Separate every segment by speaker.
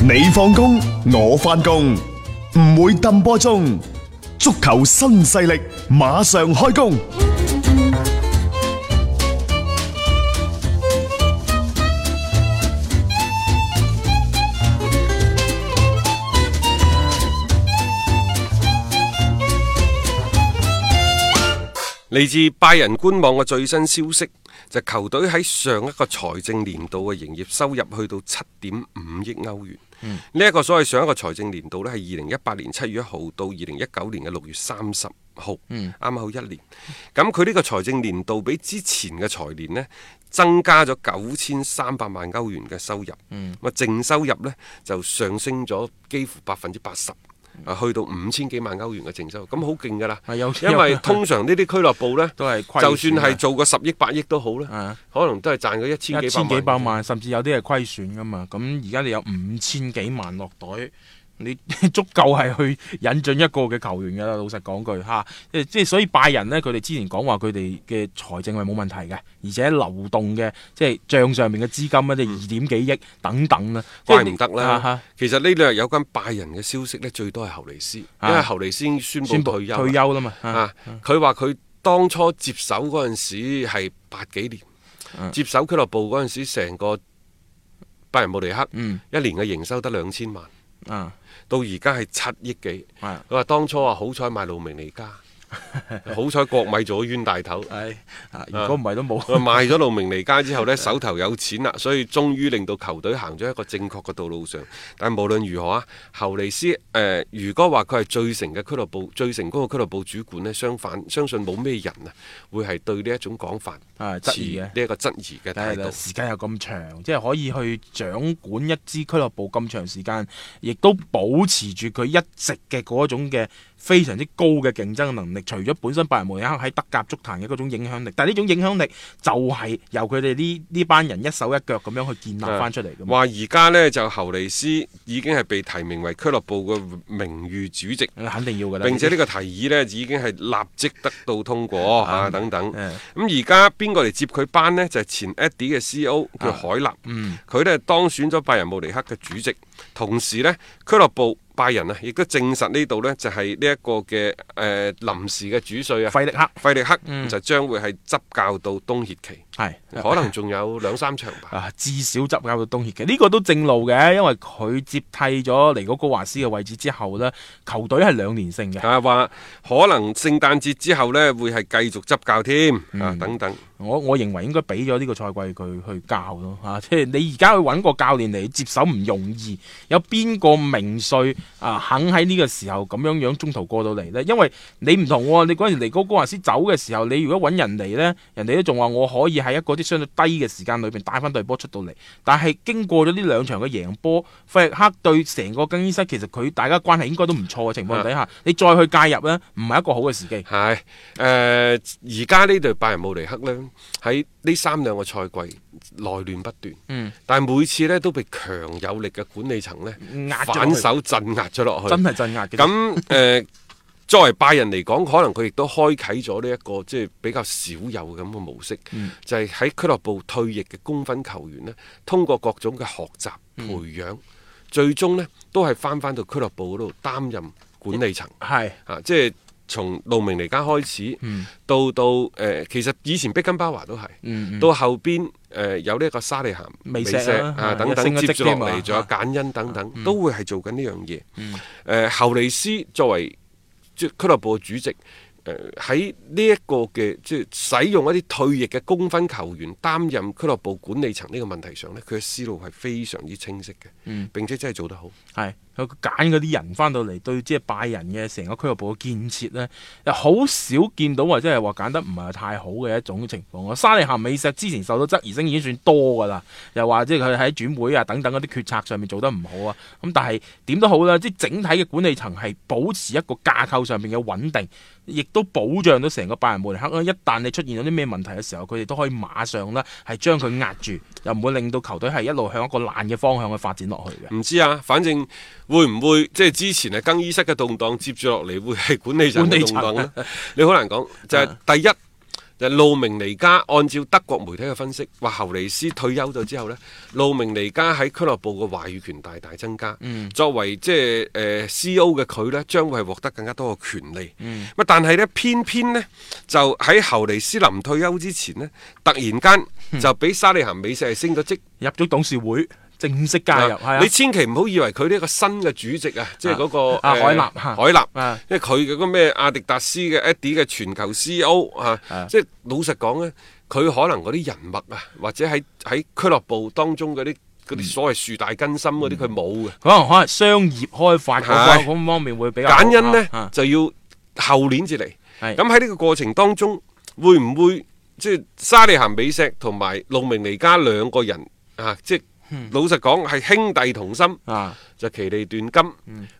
Speaker 1: 你放工，我翻工，唔會抌波鐘。足球新勢力馬上開工。
Speaker 2: 嚟自拜仁官網嘅最新消息，就球隊喺上一個財政年度嘅營業收入去到七點五億歐元。呢一、個所謂上一個財政年度呢，係二零一八年七月一號到二零一九年嘅六月三十號，啱好一年。咁佢呢個財政年度比之前嘅財年呢，增加咗九千三百萬歐元嘅收入，咁啊、淨收入呢，就上升咗幾乎百分之八十。啊，去到五千幾萬歐元嘅淨收，咁好勁㗎啦！
Speaker 3: 係有
Speaker 2: 因為通常呢啲俱樂部呢，
Speaker 3: 都係虧損
Speaker 2: 就算係
Speaker 3: 㗎
Speaker 2: 做個十億、八億都好啦
Speaker 3: 啊，
Speaker 2: 可能都係賺個一千
Speaker 3: 一
Speaker 2: 幾
Speaker 3: 千幾百
Speaker 2: 百萬。
Speaker 3: 萬，甚至有啲係虧損噶嘛。咁而家你有五千幾萬落袋，你 足夠係去引進一個嘅球員噶啦。老實講句嚇，即係即係所以拜仁呢，佢哋之前講話佢哋嘅財政係冇問題嘅，而且流動嘅即係帳上面嘅資金咧，就二點幾億等等啦。即係
Speaker 2: 嗯怪唔得
Speaker 3: 啊哈
Speaker 2: 啦！其實呢兩日有關拜仁嘅消息呢，最多係侯尼斯，因
Speaker 3: 啊
Speaker 2: 為侯尼斯已經宣
Speaker 3: 宣
Speaker 2: 布
Speaker 3: 布
Speaker 2: 退休啦。
Speaker 3: 退休啦嘛。啊
Speaker 2: 啊！佢話佢當初接手嗰陣時係八幾年，
Speaker 3: 啊
Speaker 2: 接手俱樂部嗰陣時，成個拜仁慕尼黑、
Speaker 3: 嗯
Speaker 2: 一年嘅營收得兩千萬，
Speaker 3: 啊
Speaker 2: 到而家係七億幾。
Speaker 3: 係
Speaker 2: 佢話當初啊，好彩買路明尼 加，好彩國米做咗冤大頭。
Speaker 3: 係啊！如果唔係都冇。
Speaker 2: 佢賣咗路明尼加之後 呢，手頭有錢啦，所以終於令到球隊行咗一個正確嘅道路上。但無論如何啊，侯尼斯誒、呃如果話佢係最成嘅俱樂部、最成功嘅俱樂部主管呢，相反相信冇咩人啊會係對呢一種講法
Speaker 3: 啊質疑嘅
Speaker 2: 持呢一個質疑嘅態
Speaker 3: 但
Speaker 2: 度
Speaker 3: 係。時間又咁長，即係可以去掌管一支俱樂部咁長時間，亦都保持住佢一直嘅嗰種嘅非常之高嘅競爭能力。除咗本身拜仁慕尼黑喺德甲足壇嘅嗰種影響力，但係呢種影響力就係由佢哋呢呢班人一手一腳咁樣去建立翻出嚟嘅嘛。
Speaker 2: 話而家呢，就侯尼斯已經係被提名為俱樂部嘅名譽主席。
Speaker 3: 肯定要㗎啦。
Speaker 2: 並且呢
Speaker 3: 呢
Speaker 2: 個提議呢，已經係立即得到通過啊等等。
Speaker 3: 嗯
Speaker 2: 咁而家邊個嚟接佢班呢？就係、前 Eddie 嘅 CEO
Speaker 3: 啊
Speaker 2: 叫海納，
Speaker 3: 嗯
Speaker 2: 佢呢當選咗拜仁慕尼黑嘅主席，同時呢，俱樂部拜仁啊，亦都證實呢度呢，就係呢一個嘅誒、呃、臨時嘅主帥啊，
Speaker 3: 費力嗯克
Speaker 2: 費力克、就將會係執教到冬歇 期，
Speaker 3: 個係
Speaker 2: 可能仲有兩三場吧。
Speaker 3: 啊，至少執教到冬歇嘅呢、個都正路嘅，因為佢接替咗尼古高華斯嘅位置之後呢，球隊係兩連勝嘅。
Speaker 2: 啊，話可能聖誕節之後呢，會係繼續執教添
Speaker 3: 嗯
Speaker 2: 啊，等等。
Speaker 3: 我我認為應該俾咗呢個賽季佢去教咯嚇、啊 即係你而家去揾個教練嚟接手唔容易，有邊個名帥啊肯喺呢個時候咁樣樣中途過到嚟呢？因為你唔同喎、你嗰陣時尼高高華斯走嘅時候，你如果揾人嚟呢，人哋都仲話我可以喺一個啲相對低嘅時間裏邊帶翻隊波出到嚟，但係經過咗呢兩場嘅贏波，費力克對成個更衣室其實佢大家關係應該都唔錯嘅情況底
Speaker 2: 嗯
Speaker 3: 下，你再去介入呢，唔係一個好嘅時機。
Speaker 2: 係誒，而家呢隊拜仁慕尼黑呢，喺呢三兩個賽季內亂不斷，
Speaker 3: 嗯，
Speaker 2: 但係每次呢都被強有力嘅管理層呢
Speaker 3: 壓咗落
Speaker 2: 反
Speaker 3: 去
Speaker 2: 手鎮壓咗落去，
Speaker 3: 真係鎮壓嘅。
Speaker 2: 咁誒、 呃作為拜仁嚟講，可能佢亦都開啟咗呢一個即係比較少有咁嘅模式，
Speaker 3: 嗯
Speaker 2: 就係喺俱樂部退役嘅功勳球員呢，通過各種嘅學習培養，
Speaker 3: 嗯
Speaker 2: 最終呢都係翻翻到俱樂部嗰度擔任管理層。
Speaker 3: 係。
Speaker 2: 啊，即係從路明尼加開始，到到誒、呃其實以前碧根巴華都係，
Speaker 3: 嗯
Speaker 2: 到後邊誒、呃有呢一個沙利鹹、
Speaker 3: 美
Speaker 2: 美
Speaker 3: 石
Speaker 2: 石
Speaker 3: 啊
Speaker 2: 啊
Speaker 3: 啊
Speaker 2: 等等，
Speaker 3: 升咗
Speaker 2: 接
Speaker 3: 職
Speaker 2: 住落
Speaker 3: 添
Speaker 2: 嚟
Speaker 3: 啊
Speaker 2: 仲有
Speaker 3: 啊嗯
Speaker 2: 簡恩等等，都會係做緊呢樣嘢。誒、呃侯尼斯作為即俱樂部嘅主席。誒喺呢一個嘅即係使用一啲退役嘅功勳球員擔任俱樂部管理層呢個問題上呢，佢嘅思路係非常之清晰嘅，
Speaker 3: 嗯
Speaker 2: 並且真係做得好。
Speaker 3: 係佢揀嗰啲人翻到嚟對即係拜仁嘅成個俱樂部嘅建設呢，又好少見到或者係話揀得唔係太好嘅一種情況咯。沙利咸美石之前受到質疑聲已經算多㗎啦，又話即係佢喺轉會啊等等嗰啲決策上面做得唔好啊。咁但係點都好啦，即係整體嘅管理層係保持一個架構上面嘅穩定，亦都保障到成個拜仁慕尼黑啦。一旦你出現咗啲咩問題嘅時候，佢哋都可以馬上呢係將佢壓住，又唔會令到球隊係一路向一個爛嘅方向去發展落去嘅。
Speaker 2: 唔知啊，反正會唔會即係之前係啊更衣 室嘅動盪，接住落嚟會係管理層嘅動盪咧？你好難講。就係第一就路明尼加按照德國媒體嘅分析，話侯尼斯退休咗之後呢，路明尼加喺俱樂部嘅話語權大大增加。嗯作為即係誒 C.O. 嘅佢呢，將會係獲得更加多嘅權利。咁啊但係呢，偏偏呢，就喺侯尼斯臨退休之前呢，突然間就俾沙利咸美石係升咗職。
Speaker 3: 入咗董事會，正式加入，係啊
Speaker 2: 你，千祈唔好以為佢呢一個新嘅主席啊，即係嗰個
Speaker 3: 啊
Speaker 2: 呃
Speaker 3: 海納啊
Speaker 2: 海納，
Speaker 3: 啊
Speaker 2: 因為佢嘅嗰個咩阿迪達斯嘅 Adi 嘅全球 CEO 啊
Speaker 3: 啊，
Speaker 2: 即係老實講咧，佢可能嗰啲人脈啊，或者喺喺俱樂部當中嗰啲嗰
Speaker 3: 嗯
Speaker 2: 啲所謂樹大根深嗰啲，佢冇嘅。
Speaker 3: 可能可能商業開發嗰方
Speaker 2: 係
Speaker 3: 嗰方面會比較
Speaker 2: 簡恩呢，
Speaker 3: 啊
Speaker 2: 就要後年至嚟。
Speaker 3: 係
Speaker 2: 咁喺呢個過程當中，會唔會即係沙利咸美石同埋路明尼加兩個人啊？即係
Speaker 3: 嗯
Speaker 2: 老實講係兄弟同心。
Speaker 3: 啊
Speaker 2: 就其利斷金。咁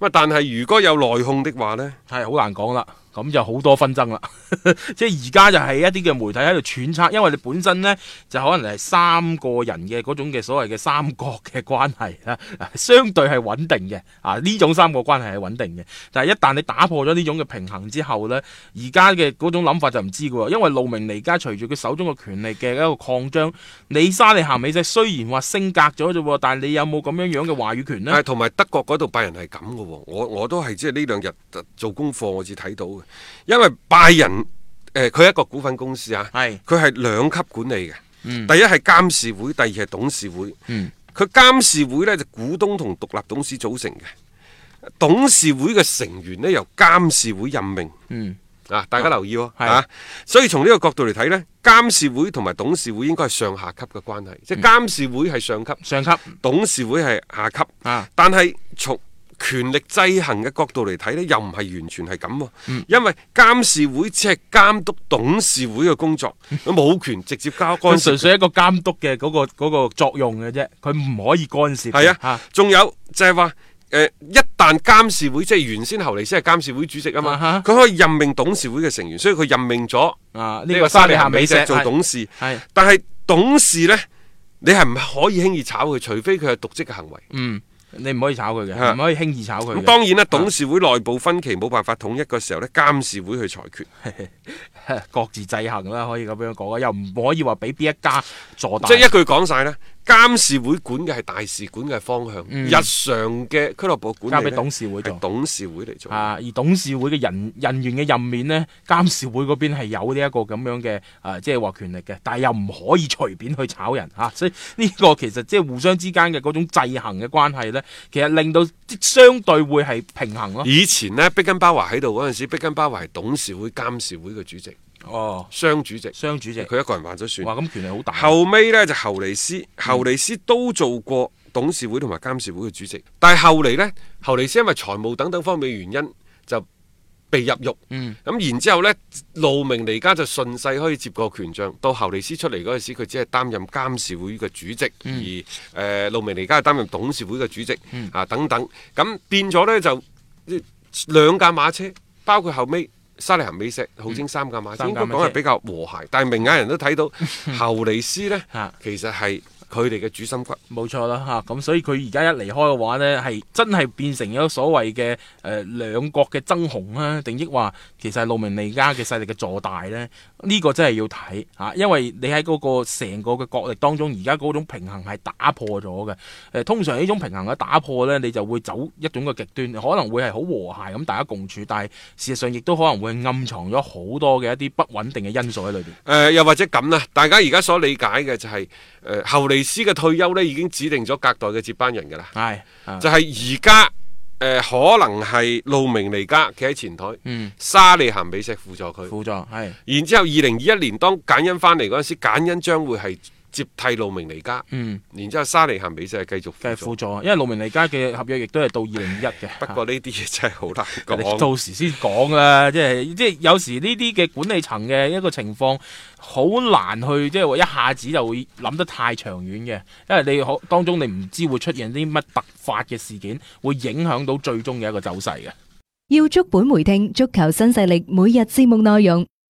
Speaker 2: 啊、但係如果有內訌的話呢，
Speaker 3: 係好難講啦。咁就好多紛爭啦， 即係而家就係一啲嘅媒體喺度揣測，因為你本身呢，就可能係三個人嘅嗰種嘅所謂嘅三角嘅關係啦， 啊相對係穩定嘅啊呢種三角關係係穩定嘅，但係一旦你打破咗呢種嘅平衡之後呢，而家嘅嗰種諗法就唔知㗎喎，因為路明尼加隨住佢手中嘅權力嘅一個擴張，你沙利咸美仔雖然話升格咗啫喎，但係你有冇咁樣樣嘅話語權呢？
Speaker 2: 但係同埋德國嗰度拜仁係咁嘅喎，我我都係即係呢兩日呃做功課我至睇到嘅，因為拜仁誒佢、係一個股份公司啊，
Speaker 3: 係
Speaker 2: 佢係兩級管理嘅，
Speaker 3: 嗯
Speaker 2: 第一係監事會，第二係董事會。
Speaker 3: 嗯
Speaker 2: 佢監事會呢，就股東同獨立董事組成嘅，董事會嘅成員呢，由監事會任命。
Speaker 3: 嗯。
Speaker 2: 啊！大家留意喎、
Speaker 3: 哦係
Speaker 2: 啊！所以從呢個角度嚟睇呢，監事會同埋董事會應該係上下級嘅關係，即係
Speaker 3: 嗯
Speaker 2: 監事會係上級，
Speaker 3: 上級
Speaker 2: 董事會係下級。
Speaker 3: 啊，
Speaker 2: 但係從權力制衡嘅角度嚟睇呢，又唔係完全係咁喎，
Speaker 3: 嗯
Speaker 2: 因為監事會只係監督董事會嘅工作，佢冇權直接交干
Speaker 3: 佢
Speaker 2: 涉
Speaker 3: 嗯純。粹一個監督嘅嗰、個嗰個作用嘅啫，佢唔可以干涉嘅。
Speaker 2: 係啊
Speaker 3: 嚇，
Speaker 2: 仲有就係話。誒、一旦監事會即係原先後嚟先係監事會主席啊嘛，佢、
Speaker 3: 啊哈
Speaker 2: 可以任命董事會嘅成員，所以佢任命咗
Speaker 3: 啊呢
Speaker 2: 呢
Speaker 3: 個
Speaker 2: 個
Speaker 3: 沙
Speaker 2: 沙
Speaker 3: 利
Speaker 2: 利
Speaker 3: 夏
Speaker 2: 夏
Speaker 3: 美
Speaker 2: 美
Speaker 3: 石
Speaker 2: 石做董事，
Speaker 3: 係
Speaker 2: 但係董事呢，你係唔可以輕易炒佢，除非佢係瀆職嘅行為。
Speaker 3: 嗯，你唔可以炒佢嘅，
Speaker 2: 嚇
Speaker 3: 唔可以輕易炒佢
Speaker 2: 咁
Speaker 3: 嘅。啊
Speaker 2: 當然啦，董事會內部分歧冇辦法統一嘅時候呢，監事會去裁決。
Speaker 3: 各自制衡啦，可以咁樣講啊，又唔可以話俾邊一家坐大。
Speaker 2: 即係一句講晒呢，監事會管嘅係大事，管嘅係方向，
Speaker 3: 嗯
Speaker 2: 日常嘅俱樂部管
Speaker 3: 交
Speaker 2: 理
Speaker 3: 俾
Speaker 2: 呢
Speaker 3: 董事會做
Speaker 2: 係董事會嚟做。
Speaker 3: 啊，而董事會嘅人人員嘅任免呢，監事會嗰邊係有呢一個咁樣嘅啊，即係話權力嘅，但係又唔可以隨便去炒人嚇、啊所以呢個其實即係互相之間嘅嗰種制衡嘅關係呢，其實令到即相對會係平衡咯。
Speaker 2: 以前呢，碧根巴華喺度嗰陣時，碧根巴華係董事會、監事會嘅主席、
Speaker 3: 哦，
Speaker 2: 雙主席，
Speaker 3: 雙主席，
Speaker 2: 佢一個人話咗
Speaker 3: 哇，
Speaker 2: 算。
Speaker 3: 咁權力好大。
Speaker 2: 後尾呢，就侯尼斯，侯尼斯都做過董事會同埋監事會嘅主席，但係後嚟呢，侯尼斯因為財務等等方面嘅原因就被入獄。
Speaker 3: 嗯，
Speaker 2: 咁然之後呢，路明尼加就順勢可以接過權杖。到侯利斯出嚟嗰陣時，佢只係擔任監事會嘅主席，而
Speaker 3: 嗯
Speaker 2: 誒、呃路明尼加係擔任董事會嘅主席、啊等等。咁變咗呢，就呃兩架馬車，包括後尾沙利咸美石、號稱三架馬車，
Speaker 3: 嗯三
Speaker 2: 應
Speaker 3: 架
Speaker 2: 該
Speaker 3: 馬
Speaker 2: 講
Speaker 3: 車
Speaker 2: 係比較和諧。但係明眼人都睇 到侯利斯呢
Speaker 3: 啊，
Speaker 2: 其實係佢哋嘅主心骨。
Speaker 3: 冇錯啦嚇，咁、所以佢而家一離開嘅話呢，係真係變成咗所謂嘅誒兩國嘅爭雄啦，定抑話其實係路明尼加嘅勢力嘅坐大呢？呢、個真係要睇嚇、啊因為你喺嗰個成個嘅角力當中，而家嗰種平衡係打破咗嘅。誒、通常呢種平衡嘅打破呢，你就會走一種嘅極端，可能會係好和諧咁大家共處，但係事實上亦都可能會暗藏咗好多嘅一啲不穩定嘅因素喺裏邊。
Speaker 2: 誒、呃又或者咁啦，大家而家所理解嘅就係、誒、侯利斯嘅退休呢已經指定咗隔代嘅接班人㗎啦。
Speaker 3: 係、啊
Speaker 2: 就係而家誒，可能係路明尼加企喺前台，
Speaker 3: 嗯，
Speaker 2: 沙利咸美石輔助佢。
Speaker 3: 輔助係。
Speaker 2: 然之後，二零二一年當簡恩翻嚟嗰陣時，簡恩將會係接替路明尼加。
Speaker 3: 嗯，
Speaker 2: 然之後沙利咸美石係繼續
Speaker 3: 繼
Speaker 2: 輔
Speaker 3: 續
Speaker 2: 助。
Speaker 3: 輔助，因為路明尼加嘅合約亦都係到二零一 嘅。
Speaker 2: 不過呢啲嘢真係好難
Speaker 3: 啊 你
Speaker 2: 講。
Speaker 3: 到時先講啦，即係即係有時呢啲嘅管理層嘅一個情況，好難去即係話一下子就會諗得太長遠嘅，因為你可當中你唔知會出現啲乜突發嘅事件，會影響到最終嘅一個走勢嘅。
Speaker 4: 要足本回聽足球新勢力每日節目內容，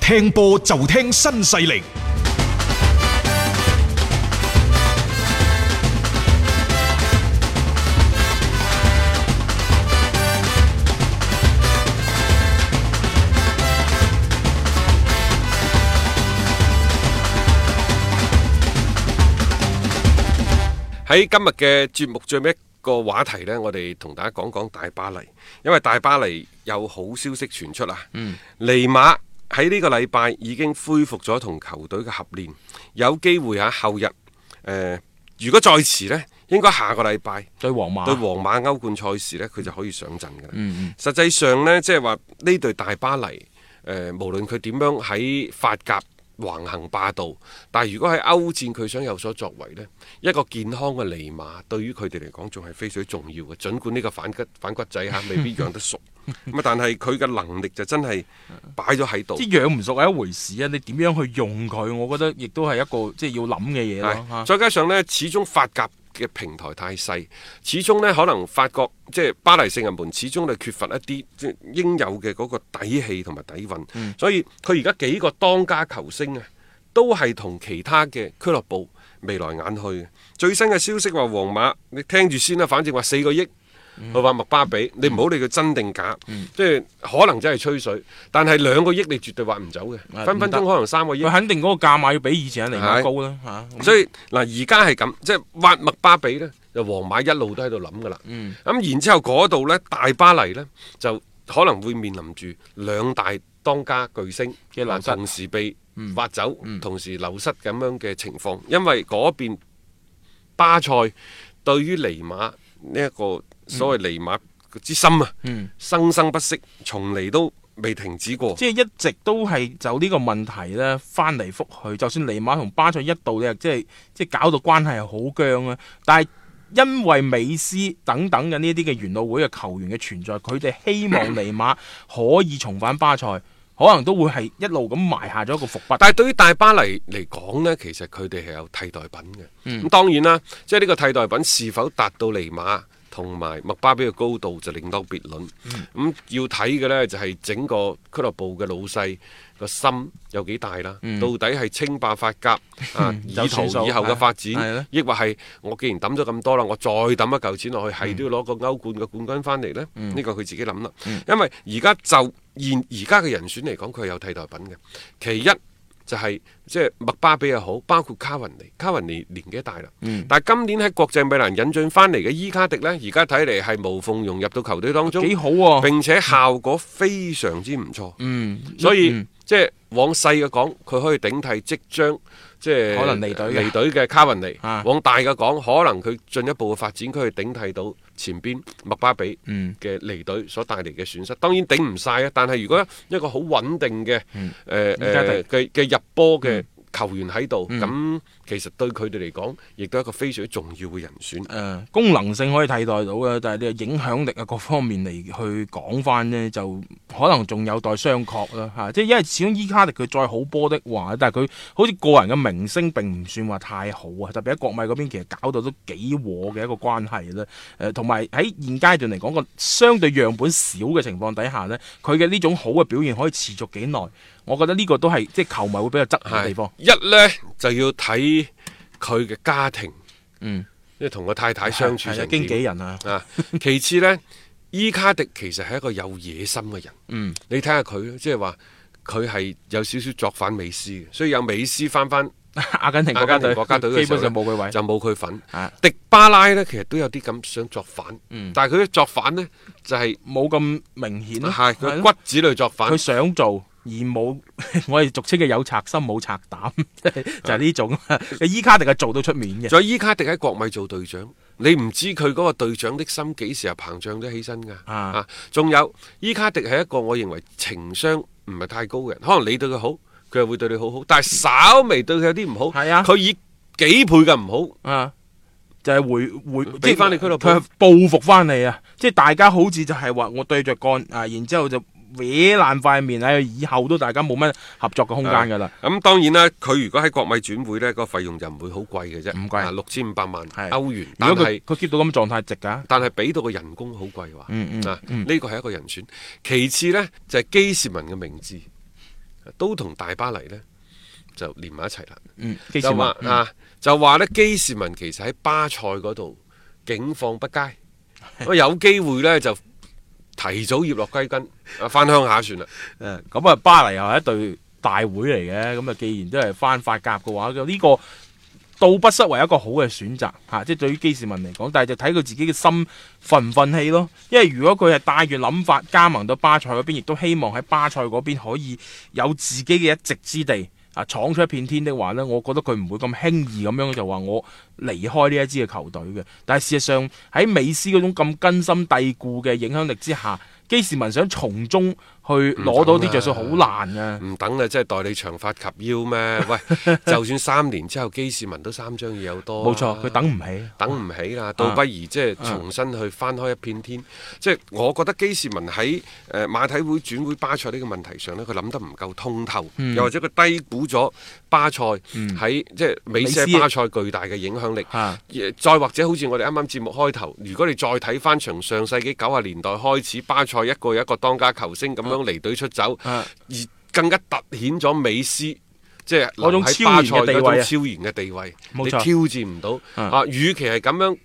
Speaker 5: 聽波就聽新勢力。
Speaker 2: 喺今日嘅節目最尾一個話題呢，我哋同大家講講大巴黎，因為大巴黎有好消息傳出啦。嗯，尼馬喺呢個禮拜已經恢復咗同球隊嘅合練，有機會喺後日，誒、呃如果再遲呢，應該下個禮拜。
Speaker 3: 對皇馬嗯
Speaker 2: 對皇馬歐冠賽事呢，佢就可以上陣㗎啦。實際上呢，即係話呢隊大巴黎，誒、無論佢點樣喺法甲橫行霸道，但係如果喺歐戰佢想有所作為呢，一個健康嘅尼馬對於佢哋嚟講仲係非常重要嘅。儘管呢個反骨反骨仔嚇未必養得熟，咁啊，但係佢嘅能力就真係擺咗喺度
Speaker 3: 即。係養唔熟係一回事啊！你點樣去用佢，我覺得亦都係一個即係要諗嘅嘢咯。
Speaker 2: 係
Speaker 3: 嚇
Speaker 2: 再加上呢，始終法甲嘅平台太細，始終呢可能法國即係巴黎聖人門，始終係缺乏一啲即係應有嘅嗰個底氣同埋底蕴，
Speaker 3: 嗯
Speaker 2: 所以佢而家幾個當家球星啊，都係同其他嘅俱樂部眉來眼去嘅。最新嘅消息話，皇馬你聽住先啦，反正話四個億。
Speaker 3: 嗯
Speaker 2: 佢話麥巴比，你唔好理佢真定假，即係可能真係吹水，但係兩個億你絕對挖唔走嘅，
Speaker 3: 啊
Speaker 2: 分分鐘
Speaker 3: 唔得
Speaker 2: 可能三個億
Speaker 3: 佢。肯定嗰個價碼要比以前嘅尼馬
Speaker 2: 係
Speaker 3: 高啦嚇。
Speaker 2: 嗯所
Speaker 3: 以
Speaker 2: 以嗱，而家係咁，即係挖麥巴比呢，就皇馬一路都喺度諗噶啦。咁、
Speaker 3: 嗯
Speaker 2: 然之後嗰度呢，大巴黎呢，就可能會面臨住兩大當家巨星啊
Speaker 3: 嘅流失嗯
Speaker 2: 同時被挖走，同時流失咁樣嘅情況，因為嗰邊巴塞對於尼馬呢一個所謂尼馬之心啊，生生不息，從嚟都未停止過。
Speaker 3: 即係一直都係就呢個問題咧，翻嚟覆去。就算尼馬同巴塞一度咧，即係即係搞到關係係好僵啊，但係。因為美斯等等嘅呢啲嘅元老會嘅球員嘅存在，佢哋希望尼馬 可以重返巴塞，可能都會係一路咁埋下咗一個伏筆。
Speaker 2: 但係對於大巴黎嚟講呢，其實佢哋係有替代品嘅。咁、
Speaker 3: 嗯
Speaker 2: 當然啦，即係呢個替代品是否達到尼馬同埋麥巴比嘅高度就另當別論。咁、
Speaker 3: 嗯
Speaker 2: 要睇嘅呢，就係、整個俱樂部嘅老細個心有幾大啦。到底係稱霸法甲啊，以
Speaker 3: 嗯就
Speaker 2: 圖
Speaker 3: 算數
Speaker 2: 以後嘅發展
Speaker 3: 係係啊咯，
Speaker 2: 抑或係我既然抌咗咁多啦，我再抌一嚿錢落去，
Speaker 3: 嗯
Speaker 2: 係都要攞個歐冠嘅冠軍翻嚟呢？呢個佢自己諗啦。因為而家就現而家嘅人選嚟講，佢係有替代品嘅。其一就係、即係麥巴比又好，包括卡雲尼，卡雲尼年紀大啦，
Speaker 3: 嗯
Speaker 2: 但係今年喺國際米蘭引進翻嚟嘅伊卡迪呢，而家睇嚟係無縫融入到球隊當中，
Speaker 3: 幾好喎
Speaker 2: 並且效果非常之唔錯。
Speaker 3: 嗯，
Speaker 2: 所以、即係往細嘅講，佢可以頂替即將即係
Speaker 3: 可能離隊嘅
Speaker 2: 離隊嘅卡雲尼；
Speaker 3: 啊
Speaker 2: 往大嘅講，可能佢進一步嘅發展，佢可以頂替到前邊麥巴比
Speaker 3: 嗯
Speaker 2: 嘅離隊所帶嚟嘅損失。當然頂唔晒啊，但係如果一個好穩定嘅誒
Speaker 3: 依嗯家嗯
Speaker 2: 誒
Speaker 3: 定
Speaker 2: 嘅嘅入波嘅。球員喺度，
Speaker 3: 嗯
Speaker 2: 咁、其實對佢哋嚟講，亦都係一個非常之重要嘅人選。
Speaker 3: 誒、呃功能性可以替代到嘅，但係你話影響力啊各方面嚟去講翻呢，就可能仲有待商榷啦嚇。即係因為始終伊卡迪佢再好啊波的話，但係佢好似個人嘅名聲並唔算話太好啊。特別喺國米嗰邊，其實搞到都幾和嘅一個關係啦。誒、同埋喺現階段嚟講，個相對樣本少嘅情況底下呢，佢嘅呢種好嘅表現可以持續幾耐，我覺得呢個都係即係球迷會比較側嘅地方。
Speaker 2: 一呢，就要睇佢嘅家庭，
Speaker 3: 嗯，
Speaker 2: 即係同個太太相處
Speaker 3: 係啊
Speaker 2: 成
Speaker 3: 經
Speaker 2: 點
Speaker 3: 紀人啊，
Speaker 2: 啊，其次呢，伊卡迪其實係一個有野心嘅人。
Speaker 3: 嗯，
Speaker 2: 你睇下佢，即係話佢係有少少作反美斯嘅，所以有美斯翻翻
Speaker 3: 阿根廷
Speaker 2: 阿
Speaker 3: 國
Speaker 2: 根
Speaker 3: 家
Speaker 2: 廷
Speaker 3: 隊
Speaker 2: 國家隊嘅
Speaker 3: 基
Speaker 2: 時候
Speaker 3: 本
Speaker 2: 呢
Speaker 3: 上冇佢位。
Speaker 2: 就冇佢份。
Speaker 3: 啊
Speaker 2: 迪巴拉呢，其實都有啲咁想作反，
Speaker 3: 嗯
Speaker 2: 但係佢一作反呢，就係
Speaker 3: 冇咁明顯咯，
Speaker 2: 係
Speaker 3: 係
Speaker 2: 佢
Speaker 3: 咯
Speaker 2: 骨子裏作反
Speaker 3: 佢。想做而冇， 我哋俗稱嘅有賊心冇賊膽， 就係呢種。啊伊卡迪係做到出面嘅，
Speaker 2: 仲有伊卡迪喺國米做隊長，你唔知佢嗰個隊長的心幾時候膨脹咗起身㗎？
Speaker 3: 啊
Speaker 2: 仲有伊卡迪係一個我認為情商唔係太高嘅人，可能你對佢好，佢又會對你好好，但係稍微對佢有啲唔好，
Speaker 3: 係啊
Speaker 2: 佢以幾倍嘅唔好。
Speaker 3: 啊，就係回回
Speaker 2: 俾返你俱樂部
Speaker 3: 佢係報復翻你啊！即係大家好似就係話我對着幹啊，然之後就搲爛塊面，喺以後都大家冇乜合作嘅空
Speaker 2: 啊
Speaker 3: 間㗎啦。
Speaker 2: 咁當然啦，佢如果喺國米轉會呢個費用就唔會好貴嘅啫，啊
Speaker 3: 唔貴
Speaker 2: 六千五百萬
Speaker 3: 係
Speaker 2: 歐元，
Speaker 3: 如
Speaker 2: 但
Speaker 3: 果佢
Speaker 2: 係
Speaker 3: 佢 keep 到咁狀態，值㗎。
Speaker 2: 但係俾到個人工好貴話，
Speaker 3: 嗯嗯
Speaker 2: 啊
Speaker 3: 嗯
Speaker 2: 呢個係一個人選。其次呢，就係、基士文嘅名字，都同大巴黎呢就連埋一齊啦。
Speaker 3: 嗯，基士
Speaker 2: 就
Speaker 3: 文
Speaker 2: 話啊，就話咧基士文其實喺巴塞嗰度境況不 佳，咁啊有機會呢，就提早葉落歸根，啊翻鄉下算啦。
Speaker 3: 誒咁啊，巴黎又係一隊大會嚟嘅，咁啊，既然都係翻法甲嘅話，咁呢、個倒不失為一個好嘅選擇嚇、啊即係對於基士文嚟講，但係就睇佢自己嘅心憤唔憤氣咯。因為如果佢係帶住諗法加盟到巴塞嗰邊，亦都希望喺巴塞嗰邊可以有自己嘅一席之地。啊！闖出一片天的話呢，我覺得佢唔會咁輕易咁樣就話我離開呢一支嘅球隊嘅。但係事實上喺美斯嗰種咁根深蒂固嘅影響力之下，基士文想從中去攞到啲着數好難啊！
Speaker 2: 唔等啦，即係代理長髮及腰咩？ 喂，就算三年之後基士文都三張嘢有多啊，
Speaker 3: 冇錯，佢等唔起。
Speaker 2: 等唔起
Speaker 3: 啊
Speaker 2: 啦，倒不如即係重新去翻開一片天。即係我覺得基士文喺誒馬體會轉會巴塞呢個問題上呢，佢諗得唔夠通透，
Speaker 3: 嗯
Speaker 2: 又或者佢低估咗巴塞喺即係美斯
Speaker 3: 美斯啊
Speaker 2: 喺巴塞巨大嘅影響力。
Speaker 3: 嚇
Speaker 2: 亦再或者好似我哋啱啱節目開頭，如果你再睇翻從上世紀九十年代開始，巴塞一個又一個當家球星咁樣離隊出走，
Speaker 3: 啊
Speaker 2: 而更加凸顯咗美斯即係
Speaker 3: 嗰種
Speaker 2: 留喺
Speaker 3: 超然
Speaker 2: 巴
Speaker 3: 嘅
Speaker 2: 塞嗰
Speaker 3: 地
Speaker 2: 種
Speaker 3: 位啊
Speaker 2: 超然嘅地位，
Speaker 3: 冇
Speaker 2: 你
Speaker 3: 錯
Speaker 2: 挑戰唔到
Speaker 3: 嗯
Speaker 2: 啊！與其係咁樣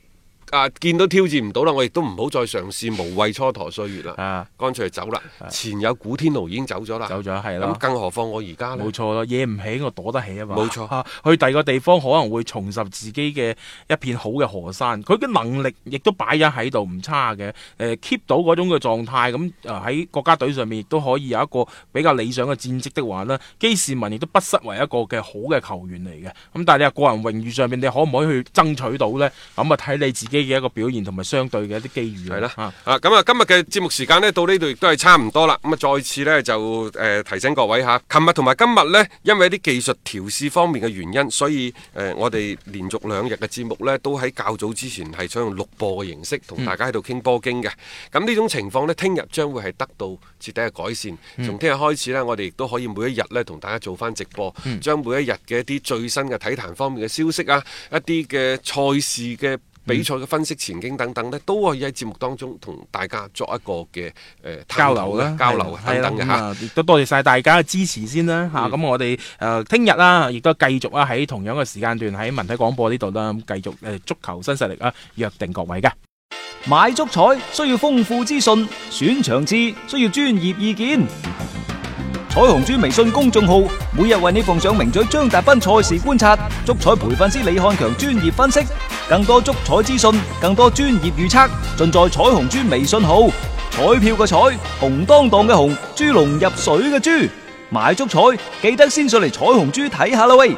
Speaker 2: 啊，見到挑戰唔到啦，我亦都唔好再嘗試無謂蹉跎歲月啦，
Speaker 3: 啊！
Speaker 2: 乾脆走啦。前有古天奴已經走咗啦，
Speaker 3: 走咗係啦
Speaker 2: 咁更何況我而家呢
Speaker 3: 冇？錯啦，惹唔起我躲得起啊嘛。
Speaker 2: 冇錯
Speaker 3: 啊 去第二個地方可能會重拾自己嘅一片好嘅河山，佢嘅能力亦都擺咗喺度，唔差嘅。誒、keep 到嗰種嘅狀態，咁誒喺國家隊上面亦都可以有一個比較理想嘅戰績的話呢基士文亦都不失為一個嘅好嘅球員嚟嘅。咁但係你話個人榮譽上面，你可唔可以去爭取到呢？咁啊睇你自己嘅一個表現同埋相對嘅一啲機遇
Speaker 2: 係啦，
Speaker 3: 啊
Speaker 2: 啊咁啊，今日嘅節目時間呢，到呢度亦都係差唔多啦。咁啊，再次呢，就誒、呃提醒各位嚇，琴日同埋今日呢，因為一啲技術調試方面嘅原因，所以誒、呃我哋連續兩日嘅節目呢，都喺較早之前係採用錄播嘅形式同大家喺度傾波經嘅。咁呢、種情況呢，聽日將會係得到徹底嘅改善。從聽日開始呢，我哋亦都可以每一日呢，同大家做翻直播，將每一日嘅一啲最新嘅體壇方面嘅消息啊，一啲嘅賽事嘅。比賽嘅分析、前景等等呢，都可以喺節目當中同大家作一個嘅誒、呃
Speaker 3: 交流啦，
Speaker 2: 探討交流啊等
Speaker 3: 係啦
Speaker 2: 等嘅
Speaker 3: 咁
Speaker 2: 嚇。嗯
Speaker 3: 啊亦都多謝晒大家嘅支持先啦嚇。咁、我哋誒聽日啦，亦都繼續啊喺同樣嘅時間段喺文體廣播呢度啦，咁繼續誒足球新勢力啊，約定各位嘅。
Speaker 6: 买足彩需要豐富資訊，選場次需要專業意見。彩虹豬微信公眾號每日為你奉上名嘴張達斌賽事觀察、足彩培訓師李漢強專業分析，更多足彩資訊、更多專業預測，盡在彩虹豬微信號。彩票嘅彩，紅當當嘅紅，豬籠入水嘅豬，買足彩記得先上嚟彩虹豬睇下啦喂！